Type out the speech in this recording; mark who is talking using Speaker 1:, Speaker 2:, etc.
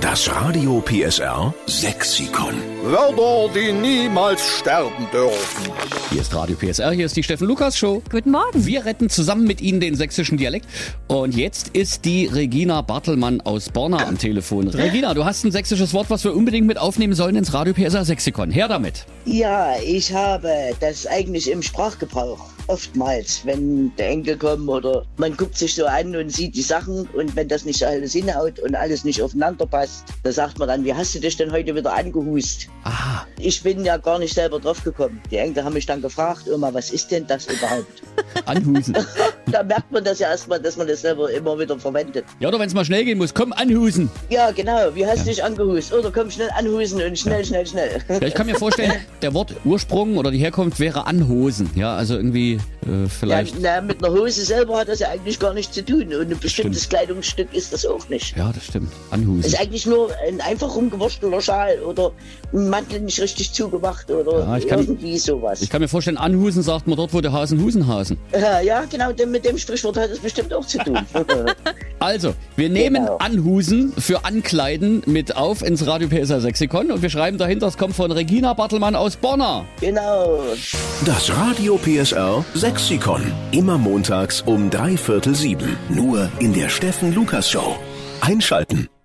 Speaker 1: Das Radio PSR Sexikon.
Speaker 2: Wörter, die niemals sterben dürfen.
Speaker 3: Hier ist Radio PSR, hier ist die Steffen Lukas Show.
Speaker 4: Guten Morgen.
Speaker 3: Wir retten zusammen mit Ihnen den sächsischen Dialekt. Und jetzt ist die Regina Bartelmann aus Borna am Telefon. Regina, du hast ein sächsisches Wort, was wir unbedingt mit aufnehmen sollen ins Radio PSR Sexikon. Her damit.
Speaker 5: Ja, ich habe das eigentlich im Sprachgebrauch. Oftmals, wenn der Enkel kommt oder man guckt sich so an und sieht die Sachen und wenn das nicht alles hinhaut und alles nicht aufeinander passt, da sagt man dann, wie hast du dich denn heute wieder angehust?
Speaker 3: Ah,
Speaker 5: Ich bin ja gar nicht selber drauf gekommen. Die Enkel haben mich dann gefragt, Oma, was ist denn das überhaupt?
Speaker 3: anhusen.
Speaker 5: Da merkt man das ja erstmal, dass man das selber immer wieder verwendet.
Speaker 3: Ja, oder wenn es mal schnell gehen muss, komm anhusen.
Speaker 5: Ja, genau, wie hast du dich angehust? Oder komm schnell anhusen und schnell, schnell, schnell.
Speaker 3: Ja, ich kann mir vorstellen, der Wortursprung oder die Herkunft wäre anhosen. Ja, also irgendwie äh,
Speaker 5: Ja, ne.
Speaker 3: vielleicht.
Speaker 5: na, mit einer Hose selber hat das ja eigentlich gar nichts zu tun. Und ein bestimmtes Kleidungsstück ist das auch nicht.
Speaker 3: Ja, das stimmt. Anhusen.
Speaker 5: Ist eigentlich nur ein einfach rumgewurschtelter Schal oder ein Mantel nicht richtig zugemacht oder
Speaker 3: Ja, ich kann-
Speaker 5: irgendwie sowas.
Speaker 3: Ich kann mir vorstellen, anhusen sagt man dort, wo der Hasen Husen hasen.
Speaker 5: Ja, ja, genau, denn mit dem Sprichwort hat es bestimmt auch zu tun.
Speaker 3: Also, wir nehmen
Speaker 5: Genau.
Speaker 3: Anhusen für Ankleiden mit auf ins Radio PSA Sexikon und wir schreiben dahinter, es kommt von Regina Bartelmann aus Bonner.
Speaker 5: genau.
Speaker 1: Das Radio PSR Sexikon. Immer montags um drei Viertel sieben. Nur in der Steffen Lukas Show. Einschalten.